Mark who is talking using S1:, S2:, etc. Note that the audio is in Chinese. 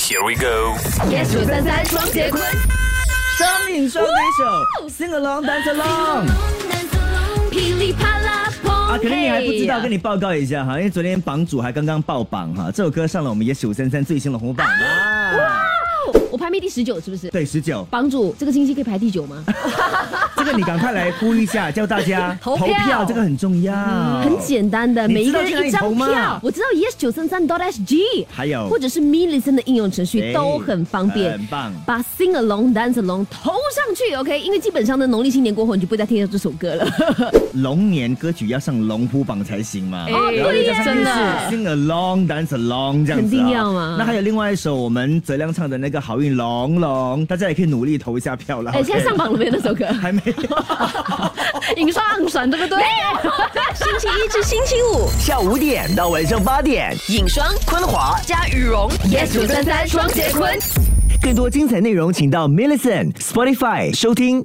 S1: Here we go。
S2: Yes 九三三双节棍，
S3: 张敏双对手，Sing along dance along。
S2: 噼里啪啦砰！
S3: 啊，可能你还不知道，
S2: 嘿
S3: 跟你报告一下哈，因为昨天榜主还刚刚爆榜哈，这首歌上了我们也九三三最新的红榜啊，
S2: 哦我排名第十九，是不是？
S3: 对，十九，
S2: 帮主，这个星期可以排第九吗？
S3: 这个你赶快来呼吁一下，叫大家
S2: 投票嗯
S3: 这个很重要，
S2: 很简单的，每
S3: 哦你
S2: 一
S3: 知
S2: 个
S3: 道
S2: 人一张
S3: 去哪里投
S2: 票
S3: 吗。
S2: 我知道 yes 九三三 dot sg，
S3: 还有
S2: 或者是 me listen 的应用程序
S3: 对
S2: 都很方便
S3: 很。棒。
S2: 把 sing along dance along 投上去，OK？因为基本上呢，农历新年过后你就不会再听到这首 歌了。
S3: 龙年歌曲要上龙虎榜才行嘛。
S2: 哦
S3: 然后
S2: 对
S3: 又
S2: 耶
S3: 加上就是 sing along dance along 这样子、啊，
S2: 肯定要嘛
S3: 那还有另外一首我们泽亮唱的那个好运龙龙，大家也可以努力投一下票啦。
S2: 哎，现在上榜了没有那首歌？
S3: 还哦没。
S2: 影刷暗闪，对不对？
S4: 星期一至星期五，
S5: 下午五点到晚上八点，
S4: 影双、
S5: 昆华。
S4: 加羽绒
S2: yes 九三三双节棍。
S3: 更多精彩内容，请到 Millison Spotify 收听。